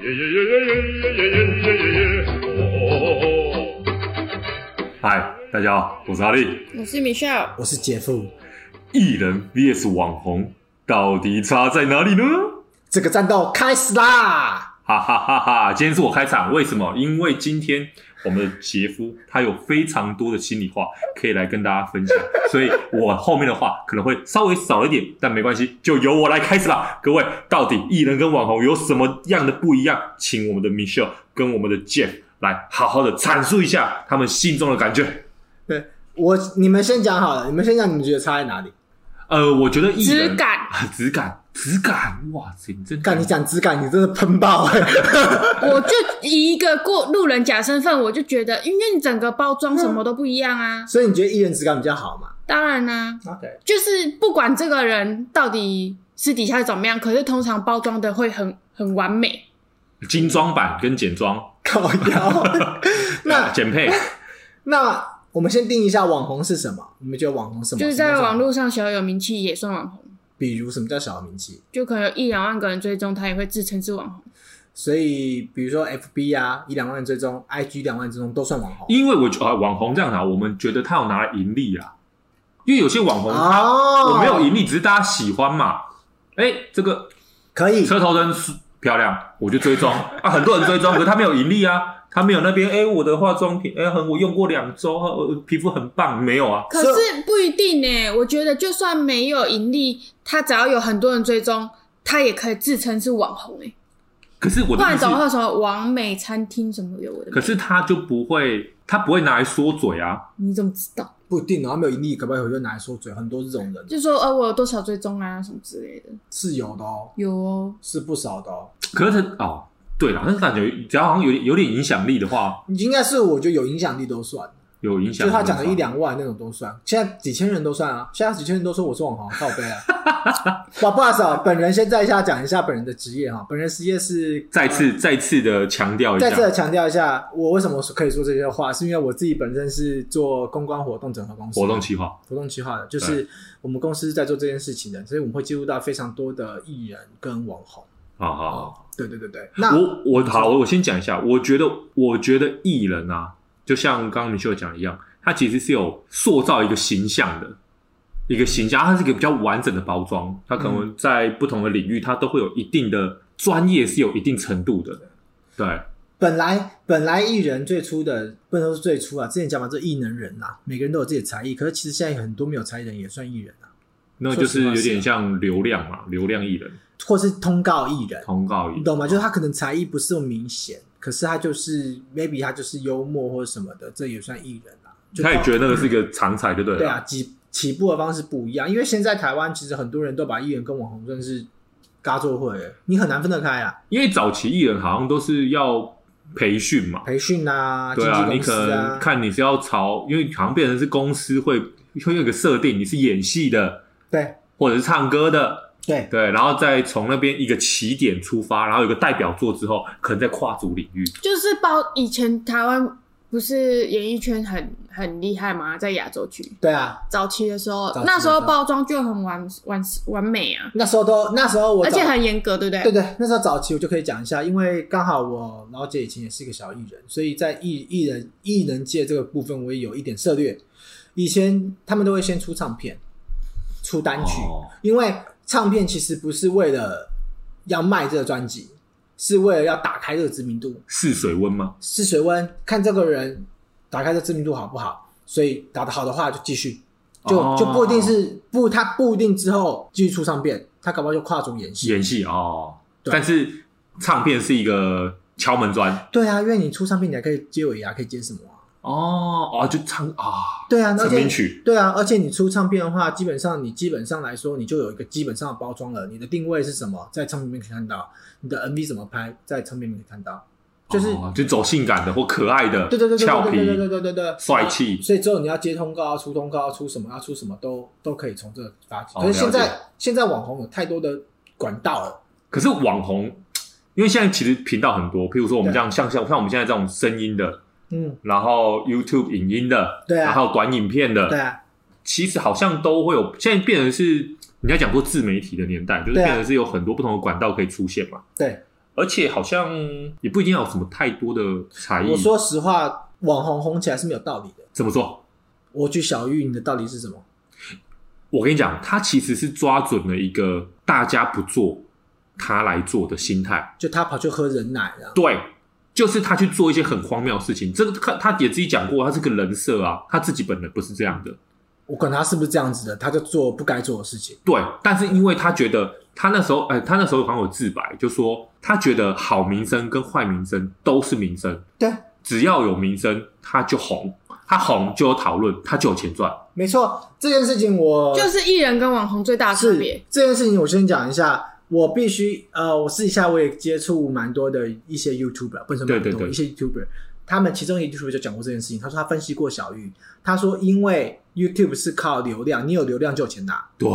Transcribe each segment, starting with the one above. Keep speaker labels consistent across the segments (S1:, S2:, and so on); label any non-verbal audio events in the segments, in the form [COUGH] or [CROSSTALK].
S1: 耶耶耶耶耶耶耶耶耶耶！哦，
S2: 嗨，大家好，我是阿力。
S3: 我是 Michelle，
S4: 我是姐夫。
S2: 艺人 VS 网红，到底差在哪里呢？ [LAUGHS]
S4: 这个战斗开始啦！
S2: 哈哈哈哈！今天是我开场，为什么？因为今天我们的杰夫他有非常多的心里话可以来跟大家分享， [LAUGHS] 所以我后面的话可能会稍微少一点，但没关系，就由我来开始啦。各位，到底艺人跟网红有什么样的不一样？请我们的 Michelle 跟我们的 Jeff 来好好的阐述一下他们心中的感觉。
S4: 对呃我，你们先讲好了，你们先讲，你们觉得差在哪里？
S2: 呃，我觉得艺人
S3: 质感，
S2: 啊， [LAUGHS] 质感，质感，哇塞，你真
S4: 干，你讲质感，你真的喷爆、 [LAUGHS]
S3: 我就以一个过路人甲身份，我就觉得，因为你整个包装什么都不一样啊。
S4: 所以你觉得艺人质感比较好嘛
S3: 当然啦、
S4: ？OK，
S3: 就是不管这个人到底私底下怎么样，可是通常包装的会很很完美。
S2: 精装版跟简装，啊
S4: 靠 [LAUGHS] 腰。那
S2: 简配，
S4: 那我们先定义一下网红是什么？你们觉得网红是什么？
S3: 就是
S4: 什么
S3: 在
S4: 叫
S3: 网，络上小有名气也算网红，
S4: 比如什么叫小名气？
S3: 就可能有一两万个人追踪，他也会自称是网红。
S4: 所以比如说 FB 啊，一两万追踪，IG 两万追踪都算网红。
S2: 因为我觉得、啊网红这样讲，我们觉得他有拿来盈利啊，因为有些网红、
S4: 哦，
S2: 我没有盈利，只是大家喜欢嘛。哎、这个
S4: 可以，
S2: 车头灯是漂亮，我就追踪啊，很多人追踪，可是他没有盈利啊，他没有那边哎、我的化妆品哎、很我用过两周，呃皮肤很棒，没有啊，
S3: 可是不一定呢、我觉得就算没有盈利，他只要有很多人追踪，他也可以自称是网红诶、欸
S2: 可是我
S3: 不
S2: 的意
S3: 然
S2: 思
S3: 怎，么会有什么完美餐厅什么有我的？
S2: 可是他就不会，他不会拿来说嘴啊。
S3: 你怎么知道？
S4: 不一定哦，他没有盈利，可不可以我就拿来说嘴？很多这种人
S3: 就说呃，我有多少追踪啊，什么之类的，
S4: 是有的哦，
S3: 有哦。
S4: 是不少的哦。
S2: 可是哦，对了，但是感觉只要好像有点有点影响力的话，
S4: 应该是我觉得有影响力都算，
S2: 有影
S4: 就
S2: 响
S4: 是
S2: 力的
S4: 他
S2: 话。
S4: 讲的一两万那种都算，现在几千人都算啊，现在几千人都说我是网红，靠背啊。 [LAUGHS] 哇，不好意思啊，本人先在下讲一下本人的职业哈，本人职业是
S2: 再次再次的强调一下
S4: 在，这强调一下，我为什么可以说这些话，是因为我自己本身是做公关活动整合公司
S2: 活动企划，
S4: 活动企划的，就是我们公司在做这件事情的，所以我们会接触到非常多的艺人跟网红。
S2: 好好
S4: 哦
S2: 好。，
S4: 对对对对，那
S2: 我我好，我先讲一下，我觉得我觉得艺人啊，就像刚刚米秀讲的一样，他其实是有塑造一个形象的。一个形象，它是一个比较完整的包装，它可能在不同的领域，它都会有一定的专业，是有一定程度的。对，
S4: 本来本来艺人最初的不能说是最初啊，之前讲嘛，这艺能人啦、每个人都有自己的才艺，可是其实现在有很多没有才艺的人也算艺人啊，
S2: 那就是
S4: 说实话
S2: 有
S4: 是
S2: 点
S4: 啊
S2: 像流量嘛，流量艺人、
S4: 或是通告艺人，
S2: 通告艺人，
S4: 你懂吗？就是他可能才艺不是那么明显，可是他就是 maybe 他就是幽默或者什么的，这也算艺人啦、就
S2: 他也
S4: 到
S2: 觉得那个是一个常才，就对了。
S4: 对啊，起起步的方式不一样，因为现在台湾其实很多人都把艺人跟网红真的是嘎做会了，你很难分得开啊，
S2: 因为早期艺人好像都是要培训嘛，
S4: 培训啊，经
S2: 对
S4: 纪
S2: 啊，你
S4: 公
S2: 可
S4: 司
S2: 能看你是要朝，因为好像变成是公司会会有一个设定，你是演戏的
S4: 对
S2: 或者是唱歌的，
S4: 对
S2: 对，然后再从那边一个起点出发，然后有个代表作之后，可能再跨足领域。
S3: 就是包以前台湾不是演艺圈很很厉害嘛，在亚洲区
S4: 对啊，
S3: 早期的时候
S4: 早期，的时候
S3: 那时候包装就很完完完美啊，
S4: 那时候都那时候我
S3: 而且
S4: 找
S3: 很严格，对不对？
S4: 对对，那时候早期我就可以讲一下，因为刚好我老姐以前也是一个小艺人，所以在艺艺人艺人界这个部分我也有一点涉略。以前他们都会先出唱片，出单曲，
S2: 哦
S4: 因为唱片其实不是为了要卖这个专辑，是为了要打开这个知名度，
S2: 试水温嘛，
S4: 试水温，看这个人打开这知名度好不好。所以打得好的话就继续，就、
S2: 哦
S4: 就不一定是不他不一定之后继续出唱片，他搞不好就跨足演戏。
S2: 演戏哦，
S4: 对啊
S2: 但是唱片是一个敲门砖
S4: 对啊，因为你出唱片，你还可以接尾牙，可以接什么啊？
S2: 哦哦，就唱啊，
S4: 对啊，而
S2: 成
S4: 且
S2: 名曲
S4: 对啊，而且你出唱片的话，基本上你基本上来说，你就有一个基本上的包装了。你的定位是什么，在唱片里面可以看到；你的 MV 怎么拍，在唱片里面可以看到。就是、
S2: 哦就走性感的或可爱的，
S4: 对对对对
S2: 俏
S4: 对
S2: 皮
S4: 对对对对对对，
S2: 帅气
S4: 所以之后你要接通告、啊、出通告、啊、出什么、要出什么都都可以从这个发起。
S2: 哦
S4: 可是现
S2: 了
S4: 在现在网红有太多的管道了，
S2: 可是网红，因为现在其实频道很多，譬如说我们这样像像像我们现在这种声音的，
S4: 嗯，
S2: 然后 YouTube 影音的，
S4: 对啊
S2: 然后短影片
S4: 对
S2: 的，
S4: 啊，
S2: 其实好像都会有，现在变成是你要讲说自媒体的年代，就是
S4: 对啊
S2: 变成是有很多不同的管道可以出现嘛。
S4: 对，
S2: 而且好像也不一定要有什么太多的才艺。
S4: 我说实话，网红红起来是没有道理的。
S2: 怎么做？
S4: 我举小玉，你的道理是什么？
S2: 我跟你讲，他其实是抓准了一个大家不做，他来做的心态。
S4: 就他跑去喝人奶啊，
S2: 对，就是他去做一些很荒谬的事情。这个他他也自己讲过，他是个人设啊，他自己本人不是这样的。
S4: 我管他是不是这样子的，他就做不该做的事情。
S2: 对，但是因为他觉得他那时候，哎、他那时候好像有自白，就说他觉得好名声跟坏名声都是名声，
S4: 对，
S2: 只要有名声他就红，他红就有讨论，他就有钱赚。
S4: 没错，这件事情我
S3: 就是艺人跟网红最大的差别
S4: 是。这件事情，我先讲一下，我必须呃，我私底下我也接触蛮多的一些 YouTuber，不能说蛮多
S2: 对对对
S4: 一些 YouTuber，他们其中一个 YouTuber 就讲过这件事情，他说他分析过小玉，他说因为 YouTube 是靠流量，你有流量就有钱拿，
S2: 对，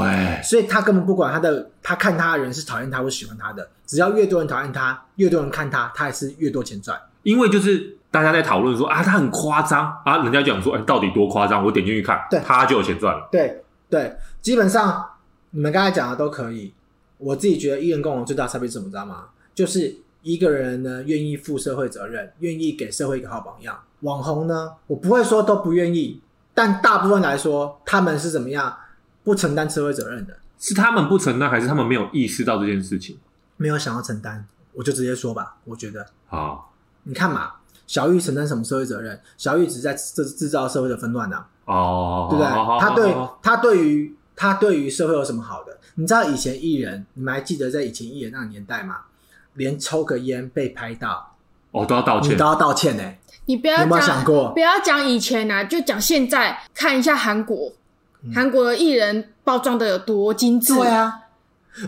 S4: 所以他根本不管他的，他看他的人是讨厌他或喜欢他的，只要越多人讨厌他，越多人看他，他还是越多钱赚。
S2: 因为就是大家在讨论说啊，他很夸张啊，人家讲说，哎、到底多夸张？我点进去看
S4: 对，
S2: 他就有钱赚了。
S4: 对对，基本上你们刚才讲的都可以。我自己觉得艺人跟网红最大差别是什么，你知道吗？就是一个人呢愿意负社会责任，愿意给社会一个好榜样。网红呢，我不会说都不愿意，但大部分来说，他们是怎么样不承担社会责任的，
S2: 是他们不承担，还是他们没有意识到这件事情？
S4: 没有想要承担。我就直接说吧，我觉得
S2: 啊
S4: 你看嘛，小玉承担什么社会责任？小玉只是在制制造社会的纷乱啊呐、
S2: 哦，
S4: 对不对
S2: 好好？
S4: 他对
S2: 好好
S4: 他对于他对于社会有什么好的？你知道以前艺人，你们还记得在以前艺人那个年代吗？连抽个烟被拍到，
S2: 哦都要道
S4: 你
S2: 歉
S4: 都，要道歉呢、
S3: 你不要
S4: 有
S3: 讲
S4: 没有想过
S3: 不？要讲以前啊，就讲现在，看一下韩国
S4: 嗯，
S3: 韩国的艺人包装的有多精致。
S4: 对啊，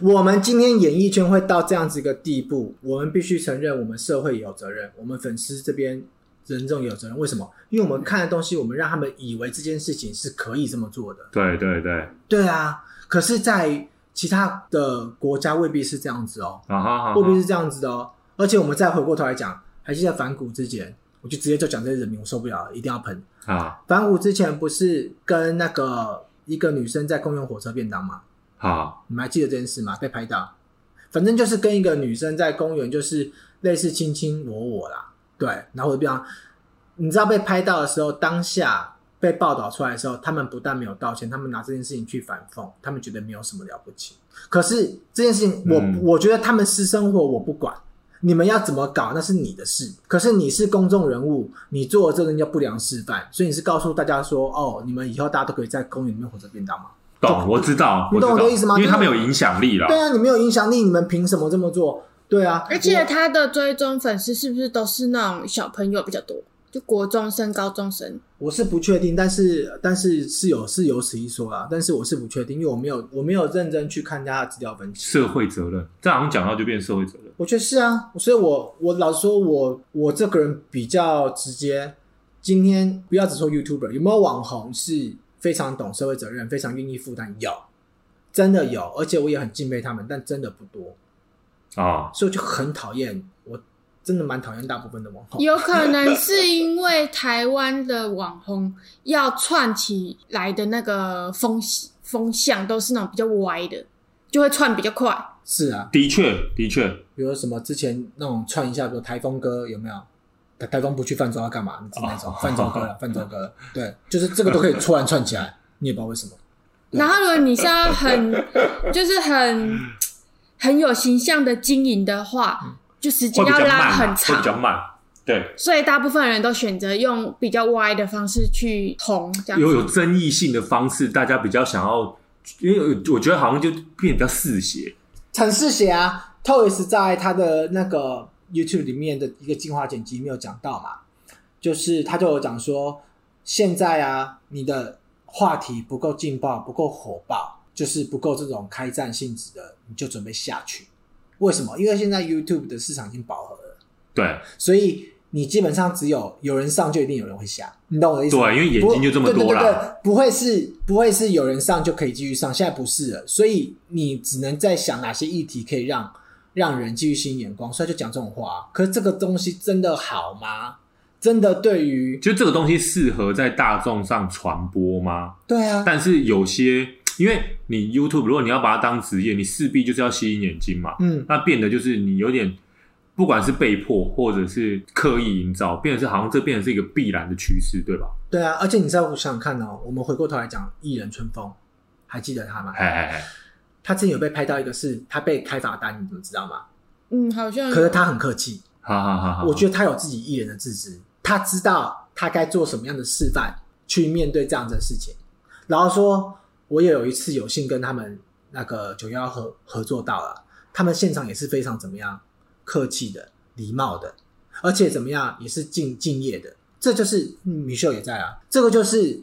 S4: 我们今天演艺圈会到这样子一个地步，我们必须承认，我们社会也有责任，我们粉丝这边人众也有责任。为什么？因为我们看的东西，我们让他们以为这件事情是可以这么做的。
S2: 对对对，
S4: 对啊，可是，在其他的国家未必是这样子哦。
S2: 啊哈哈哈，
S4: 未必是这样子的哦。而且我们再回过头来讲，还记得反骨之前，我就直接就讲这些人名，我受不了了，一定要喷。
S2: 啊
S4: 反骨之前不是跟那个一个女生在共用火车便当吗？
S2: 好
S4: 你们还记得这件事吗？被拍到，反正就是跟一个女生在公园，就是类似卿卿我我啦，对，然后我就变成，你知道被拍到的时候，当下被报道出来的时候，他们不但没有道歉，他们拿这件事情去反讽，他们觉得没有什么了不起。可是这件事情，我、
S2: 嗯
S4: 我觉得他们私生活我不管。你们要怎么搞那是你的事，可是你是公众人物，你做了这个叫不良示范，所以你是告诉大家说，哦，你们以后大家都可以在公园里面火车便当吗？
S2: 懂，我知道，
S4: 你懂
S2: 知
S4: 我
S2: 道
S4: 的意思吗
S2: 因为他们有
S4: 就是
S2: 影响力啦
S4: 对，啊，你没有影响力，你们凭什么这么做？对啊，
S3: 而且他的追踪粉丝是不是都是那种小朋友比较多？就国中生、高中生，
S4: 我我是不确定，但是但是是有是有此一说啊，但是我是不确定，因为我没有我没有认真去看他的资料分析。
S2: 社会责任，这好像讲到就变社会责任。
S4: 我觉得是啊，所以我我老实说我我这个人比较直接。今天不要只说 YouTuber，有没有网红是非常懂社会责任、非常愿意负担？有，真的有，而且我也很敬佩他们，但真的不多，
S2: 啊，
S4: 所以我就很讨厌，我真的蛮讨厌大部分的
S2: 哦
S4: 网红。
S3: 有可能是因为台湾的网红要串起来的那个风风向都是那种比较歪的，就会串比较快。
S4: 是啊，
S2: 的确，的确，
S4: 比如什么之前那种串一下，比如台风歌有没有？台台风不去泛舟要干嘛？你知道那种
S2: 哦
S4: 泛舟歌了，泛舟歌，对，就是这个都可以突然串起来，你也不知道为什么。
S3: 然后如果你是要很
S2: [LAUGHS]
S3: 就是很很有形象的经营的话，就时间
S2: 会比
S3: 要
S2: 较
S3: 拉
S2: 慢
S3: 很
S2: 啊，会比较
S3: 长，
S2: 慢。对，
S3: 所以大部分人都选择用比较歪的方式去红，这样
S2: 有
S3: 子
S2: 有争议性的方式，大家比较想要，因为我觉得好像就变得比较嗜血。
S4: 陈世写啊，Toys 在他的那个 YouTube 里面的一个进化剪辑没有讲到嘛，就是他就有讲说，现在啊，你的话题不够劲爆，不够火爆，就是不够这种开战性质的，你就准备下去。为什么？因为现在 YouTube 的市场已经饱和了。
S2: 对
S4: 所以你基本上只有有人上，就一定有人会下，你懂我的意思吗？
S2: 对，因为眼睛就这么多
S4: 不对对
S2: 啦。
S4: 对对不会是不会是有人上就可以继续上，现在不是了，所以你只能在想哪些议题可以让让人继续吸引眼光，所以他就讲这种话。可是这个东西真的好吗？真的对于
S2: 就这个东西适合在大众上传播吗？
S4: 对啊，
S2: 但是有些，因为你 YouTube，如果你要把它当职业，你势必就是要吸引眼睛嘛。
S4: 嗯，
S2: 那变得就是你有点不管是被迫或者是刻意营造，变成是好像这变成是一个必然的趋势，对吧？
S4: 对啊，而且你再想想看哦，我们回过头来讲艺人春风，还记得他吗？
S2: 哎哎哎，
S4: 他之前有被拍到一个是他被开罚单，你们知道吗？
S3: 嗯，好像
S4: 可是他很客气，
S2: 好好好好，
S4: 我觉得他有自己艺人的自知，他知道他该做什么样的示范去面对这样子的事情。然后说，我也有一次有幸跟他们那个九幺合合作到了，他们现场也是非常怎么样客气的、礼貌的，而且怎么样也是敬敬业的。这就是米秀也在啊，这个就是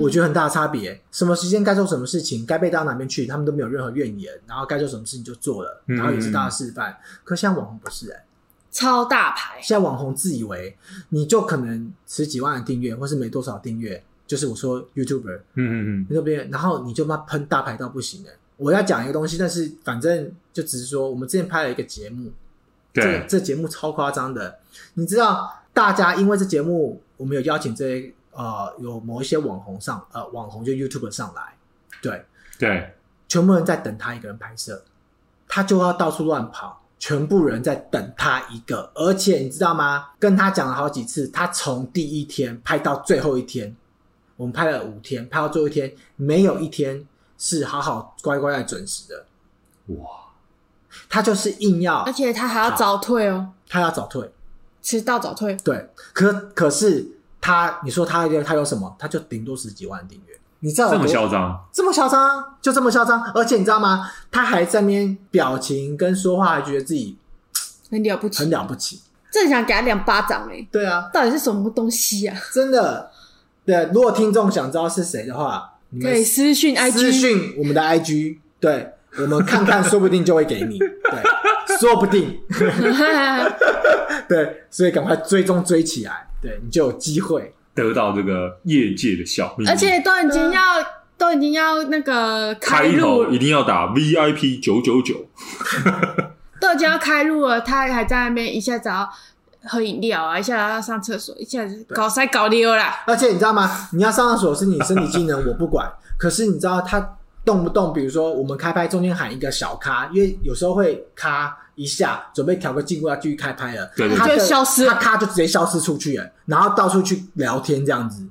S4: 我觉
S3: 得
S4: 得很大的差别。什么时间该做什么事情，该被带到哪边去，他们都没有任何怨言，然后该做什么事情就做了，然后也是大家示范。可现在网红不是哎、
S3: 超大牌，
S4: 现在网红自以为你就可能十几万的订阅，或是没多少订阅，就是我说 YouTuber
S2: 嗯嗯嗯，
S4: 那边，然后你就妈喷大牌到不行了。我要讲一个东西，但是反正就只是说，我们之前拍了一个节目，这
S2: 对，
S4: 这节目超夸张的。你知道，大家因为这节目，我们有邀请这些呃有某一些网红上呃网红就 YouTuber 上来，对，
S2: 对，
S4: 全部人在等他一个人拍摄，他就要到处乱跑，全部人在等他一个。而且你知道吗？跟他讲了好几次，他从第一天拍到最后一天，我们拍了五天，拍到最后一天，没有一天是好好乖乖的准时的。
S2: 哇，
S4: 他就是硬要
S3: 而，且他还要早退哦，
S4: 他要早退，
S3: 迟到早退，
S4: 对，可可是他，你说他他有什么？他就顶多十几万订阅，你知道有
S2: 这么
S4: 多
S2: 嚣张，
S4: 这么嚣张啊，就这么嚣张，而且你知道吗？他还在那边表情跟说话，还觉得自己
S3: 很了不起，
S4: 很了不起。
S3: 正想给他两巴掌哎，
S4: 对啊，
S3: 到底是什么东西啊呀？
S4: 真的。对，如果听众想知道是谁的话，你
S3: 可以
S4: 们
S3: 私讯 IG，
S4: 私讯我们的 IG，对我们看看，说不定就会给你。对，说不定。对，所以赶快追踪追起来，对你就有机会。
S2: 得到这个业界的笑命，
S3: [LAUGHS] 而且都已经要、都已经要那个开
S2: 开
S3: 路
S2: 头一定要打 VIP 九九九，
S3: 都已经要开路了，他还在那边一下子要喝饮料啊，一下子要上厕所，一下子搞塞搞溜啦。
S4: 而且你知道吗？你要上厕所是你身体机能，我不管。可是你知道他动不动，比如说我们开拍中间喊一个小咖，因为有时候会咔一下，准备调个进度要继续开拍了，
S2: 对对
S4: 他的
S3: 就消失了
S4: 他咔就直接消失出去了，然后到处去聊天这样子。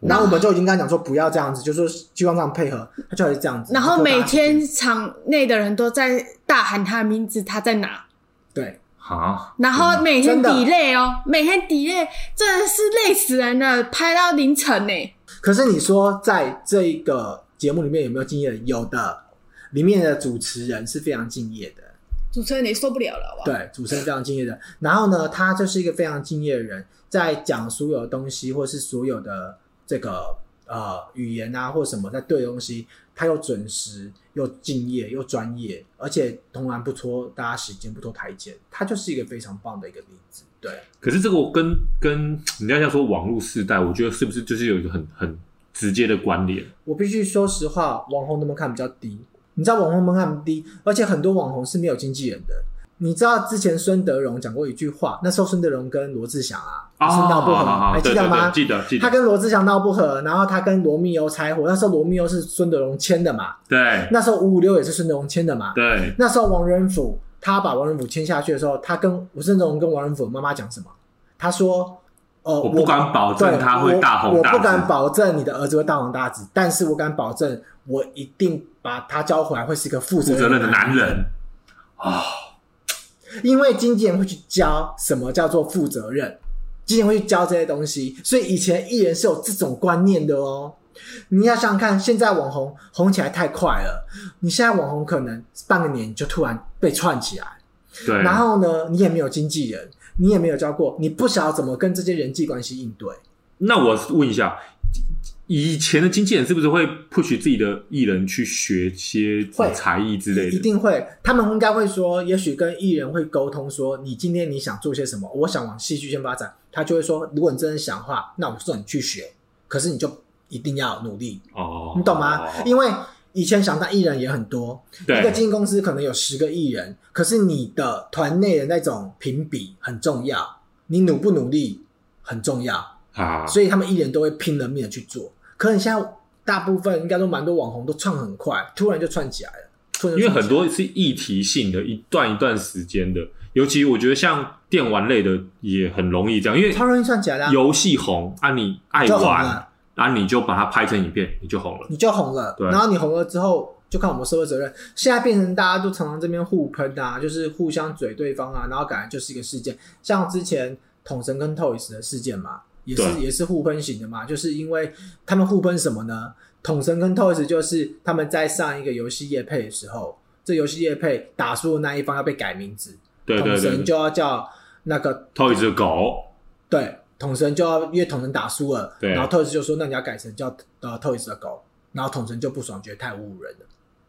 S4: 然后我们就已经跟他讲说不要这样子，就说希望这样配合，他就还是这样子。
S3: 然后
S4: 就大家
S3: 每天场内的人都在大喊他的名字，他在哪？
S4: 对
S2: 啊，
S3: 然后每天
S4: 真的
S3: delay 哦，每天 delay，真的是累死人了，拍到凌晨呢、
S4: 可是你说在这一个节目里面有没有敬业的？有的，里面的主持人是非常敬业的，
S3: 主持人也受不了了，好不好，
S4: 对，主持人非常敬业的。然后呢，他就是一个非常敬业的人，在讲所有的东西，或是所有的这个呃语言啊，或什么在对的东西，他又准时，又敬业，又专业，而且从来不拖大家时间，不拖台阶，他就是一个非常棒的一个例子。对，
S2: 可是这个我跟跟人家要说网络世代，我觉得是不是就是有一个很很直接的关联？
S4: 我必须说实话，网红的门槛比较低。你知道网红门槛低，而且很多网红是没有经纪人的。你知道之前孙德荣讲过一句话，那时候孙德荣跟罗志祥啊，不是闹不和，
S2: 啊
S4: 还记得吗？
S2: 对对对记得记
S4: 他
S2: 得，
S4: 跟罗志祥闹不和，然后他跟罗密欧拆伙。那时候罗密欧是孙德荣签的嘛，
S2: 对
S4: 那时候五五六也是孙德荣签的嘛。
S2: 对，
S4: 那时候王仁甫他把王仁甫签下去的时候，他跟我甚至跟王仁甫妈妈讲什么？他说：“呃，
S2: 我不敢保证
S4: 对
S2: 他会
S4: 我
S2: 大红大紫
S4: 我不敢保证你的儿子会大红大紫，但是我敢保证，我一定把他教回来，会是一个负
S2: 负责任的男人啊，
S4: 因为经纪人会去教什么叫做负责任，经纪人会去教这些东西，所以以前艺人是有这种观念的哦。你要想想看，现在网红红起来太快了，你现在网红可能半个年就突然被串起来，
S2: 对，
S4: 然后呢，你也没有经纪人，你也没有教过，你不晓得怎么跟这些人际关系应对。
S2: 那我问一下，以前的经纪人是不是会 push 自己的艺人去学些
S4: 会
S2: 才艺之类
S4: 一
S2: 的？
S4: 定会，他们应该会说，也许跟艺人会沟通说，你今天你想做些什么，我想往戏剧先发展，他就会说，如果你真的想的话，那我说你去学，可是你就一定要努力，
S2: 哦，
S4: 你懂吗？因为以前想当艺人也很多，一个
S2: 对
S4: 经纪公司可能有十个艺人，可是你的团内的那种评比很重要，你努不努力很重要，
S2: 啊，
S4: 所以他们艺人都会拼了命的去做。可你现在大部分应该都蛮多网红都窜很快，突然就窜起来了，突然
S2: 因
S4: 就
S2: 为
S4: 窜起来
S2: 很多是议题性的，一段一段时间的，尤其我觉得像电玩类的也很容易这样，因为
S4: 超容易算假的、啊，
S2: 游戏红啊，你爱
S4: 就红
S2: 玩
S4: 了，
S2: 啊，你就把它拍成影片，你就红了。
S4: 你就红了，
S2: 对
S4: 然后你红了之后。就看我们社会责任，现在变成大家都常常这边互喷啊，就是互相嘴对方啊，然后感觉就是一个事件，像之前统神跟 Toys 的事件嘛，也是
S2: 对
S4: 也是互喷型的嘛，就是因为他们互喷什么呢？统神跟 Toys 就是他们在上一个游戏业配的时候，这游戏业配打输的那一方要被改名字，
S2: 对对
S4: 统
S2: 对
S4: 神
S2: 对
S4: 就要叫那个
S2: ，Toys 的狗，
S4: 对，统神就要因为统神打输了，
S2: 对
S4: 然后 Toys 就说那你要改成叫呃 Toys 的狗，然后统神就不爽，觉得太侮辱人了。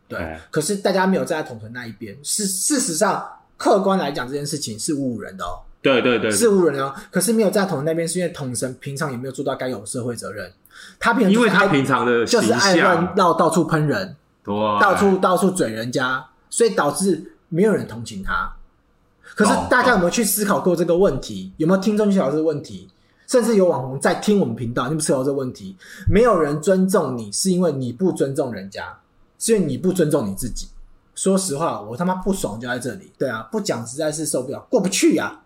S4: 对，
S2: 哎
S4: 可是大家没有站在统神那一边，事事实上客观来讲这件事情是侮辱人的哦，
S2: 对对对，
S4: 是侮辱人的哦。可是没有站在统神那边，是因为统神平常也没有做到该有的社会责任，他平常
S2: 因为
S4: 就是
S2: 他
S4: 爱
S2: 平常的
S4: 就
S2: 形
S4: 是爱乱
S2: 象，哎
S4: 绕到处喷人，
S2: 对，
S4: 到处到处嘴人家，所以导致没有人同情他。可是
S2: 懂
S4: 大家有没有去思考过这个问题？有没有听众去思考这个问题？甚至有网红在听我们频道，你们思考这个问题？没有人尊重你，是因为你不尊重人家，是因为你不尊重你自己。说实话，我他妈不爽就在这里。对啊，不讲实在是受不了，过不去呀、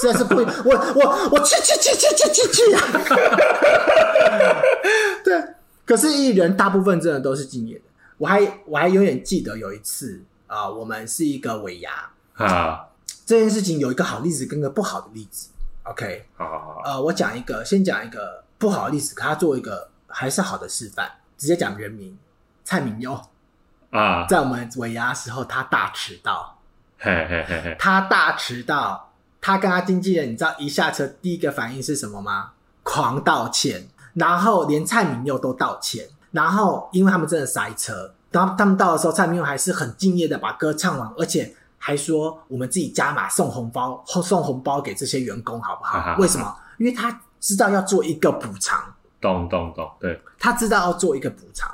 S4: 实在是 [LAUGHS] 不，我我我去去去去去去去呀、 [LAUGHS] 对，啊可是艺人大部分真的都是敬业的。我还我还永远记得有一次啊、我们是一个尾牙
S2: 啊，
S4: 这件事情有一个好例子跟个不好的例子。OK，
S2: 好好好，
S4: 呃，我讲一个，先讲一个不好的例子，给他做一个还是好的示范，直接讲人名蔡明佑，
S2: 啊，
S4: 在我们尾牙的时候他大迟到，
S2: 嘿嘿嘿嘿，
S4: 他大迟到，他跟他经纪人，你知道一下车第一个反应是什么吗？狂道歉，然后连蔡明佑都道歉，然后因为他们真的塞车，然后他们到的时候，蔡明佑还是很敬业的把歌唱完，而且还说我们自己加码送红包，送红包给这些员工好不
S2: 哈哈
S4: 好
S2: 哈？
S4: 为什么？因为他知道要做一个补偿，
S2: 懂懂懂，对，
S4: 他知道要做一个补偿，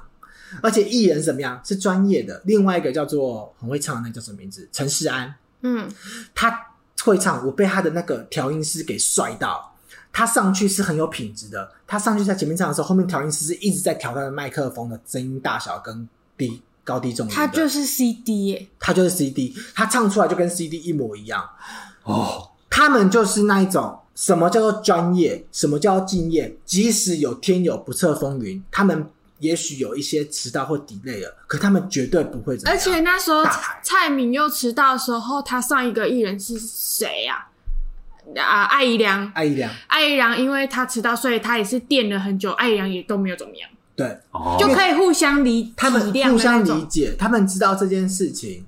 S4: 而且艺人怎么样是专业的，另外一个叫做很会唱的那个叫什么名字？陈世安，
S3: 嗯，
S4: 他会唱，我被他的那个调音师给帅到。他上去是很有品质的，他上去在前面唱的时候，后面调音师是一直在调他的麦克风的声音大小跟低高低重音的。
S3: 他就是 CD 耶、
S4: 他就是 CD，他唱出来就跟 CD 一模一样。
S2: 哦，
S4: 他们就是那一种什么叫做专业，什么叫敬业。即使有天有不测风云，他们也许有一些迟到或 delay 了，可他们绝对不会怎么
S3: 而
S4: 样。
S3: 且那时候
S4: 大牌
S3: 蔡明又迟到的时候，他上一个艺人是谁呀、啊？艾怡良，
S4: 艾怡良
S3: 艾怡良，因为他迟到，所以他也是垫了很久，艾怡良也都没有怎么样，
S4: 对，
S2: 哦，
S3: 就可以互相理
S4: 他们
S3: 体谅的
S4: 互相
S3: 那种
S4: 理解，他们知道这件事情。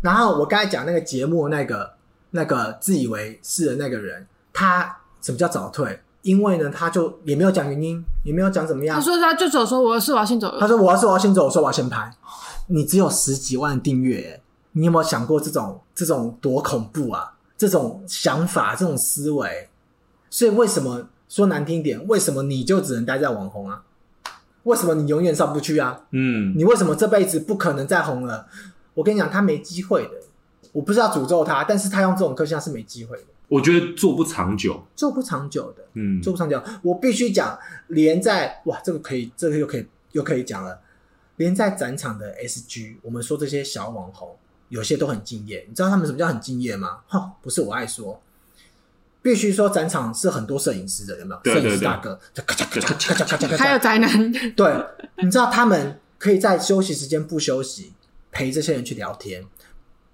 S4: 然后我刚才讲那个节目那个那个自以为是的那个人，他什么叫早退？因为呢，他就也没有讲原因，也没有讲怎么样
S3: 他。说他就走，说我有事，我要先走了。
S4: 啊他说：“我要是我要先走，我说我要先拍。”你只有十几万订阅、欸你有没有想过这种这种多恐怖啊？这种想法，这种思维，所以为什么说难听一点，为什么你就只能待在网红啊？为什么你永远上不去啊？
S2: 嗯，
S4: 你为什么这辈子不可能再红了？我跟你讲，他没机会的。我不是要诅咒他，但是他用这种科学家是没机会的，
S2: 我觉得做不长久，
S4: 做不长久的，
S2: 嗯，
S4: 做不长久。我必须讲，连在哇，这个可以，这个又可以又可以讲了。连在展场的 SG，我们说这些小网红，有些都很敬业。你知道他们什么叫很敬业吗？哈，不是我爱说，必须说展场是很多摄影师的，有没有？
S2: 对对
S4: 摄影师
S2: 对
S4: 大哥，就咔嚓咔嚓咔嚓咔嚓咔嚓，
S3: 还有宅男，
S2: [LAUGHS]
S4: 对，你知道他们可以在休息时间不休息，陪这些人去聊天，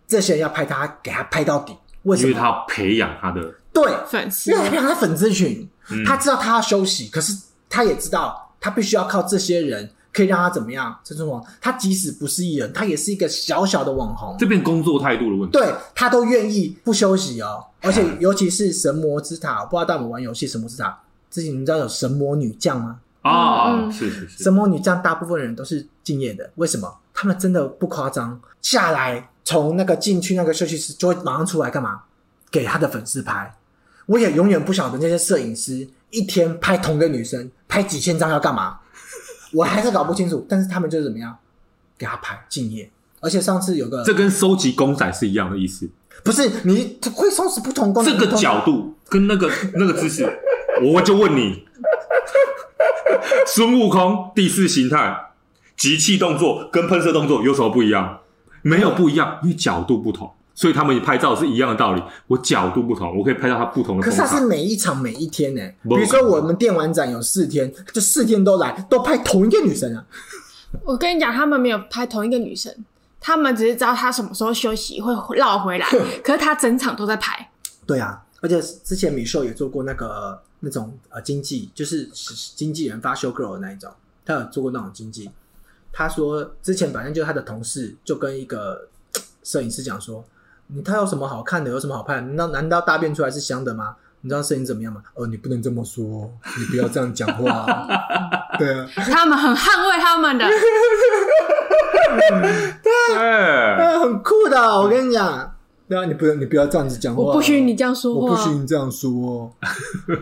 S4: 这些人要拍他，给他拍到底。为
S2: 因
S4: 什
S2: 为
S4: 么？
S2: 他要培养他的，
S4: 对，
S3: 粉丝
S4: 因为他培养他粉丝群，
S2: 嗯
S4: 他知道他要休息，可是他也知道他必须要靠这些人，可以让他怎么样？这种网，他即使不是艺人，他也是一个小小的网红
S2: 这，边工作态度的问题，
S4: 对他都愿意不休
S2: [LAUGHS]
S4: 息哦。而且尤其是神魔之塔，我不知道大家有没有玩游戏神魔之塔，之前你们知道有神魔女将吗？
S2: 啊，
S3: 嗯嗯
S2: 是是是，
S4: 神魔女将大部分人都是敬业的，为什么？他们真的不夸张，下来从那个进去那个休息室就会马上出来干嘛？给他的粉丝拍。我也永远不晓得那些摄影师一天拍同个女生拍几千张要干嘛，我还是搞不清楚。但是他们就是怎么样，给他拍敬业。而且上次有个
S2: 这跟收集公仔是一样的意思，
S4: 不是你会收拾不同光
S2: 这个
S4: 不同
S2: 角度跟
S4: [LAUGHS]
S2: 那个那个姿势，我就问你，孙悟空第四形态集气动作跟喷射动作有什么不一样？没有不一样，因为角度不同。所以他们拍照是一样的道理，我角度不同，我可以拍到它不同的
S4: 可
S2: 风
S4: 是它是
S2: 场。
S4: 每一场每一天呢、
S2: 不
S4: 比如说我们电玩展有四天，这四天都来，都拍同一个女生啊。
S3: 我跟你讲，他们没有拍同一个女生，他们只是知道她什么时候休息会绕回
S4: [LAUGHS]
S3: 来，可是她整场都在拍。
S4: 对啊，而且之前米秀也做过那个那种呃经纪，就是经纪人发 show girl 的那一种，他有做过那种经纪。他说之前反正就是他的同事就跟一个嘖摄影师讲说，你他有什么好看的，有什么好拍的？难道难道大便出来是香的吗？你知道摄影怎么样吗？哦，你不能这么说，你不要这样讲
S3: [LAUGHS]
S4: 话。对啊，
S3: 他们很捍卫他
S4: [LAUGHS]
S3: 们的，
S2: 对，
S4: 啊，很酷的，我跟你讲。对啊，你不能，你不要这样子讲话。啊
S3: 我不许你这样说
S4: 我不许
S3: 话。啊
S4: 你这样说、 [LAUGHS] 哦，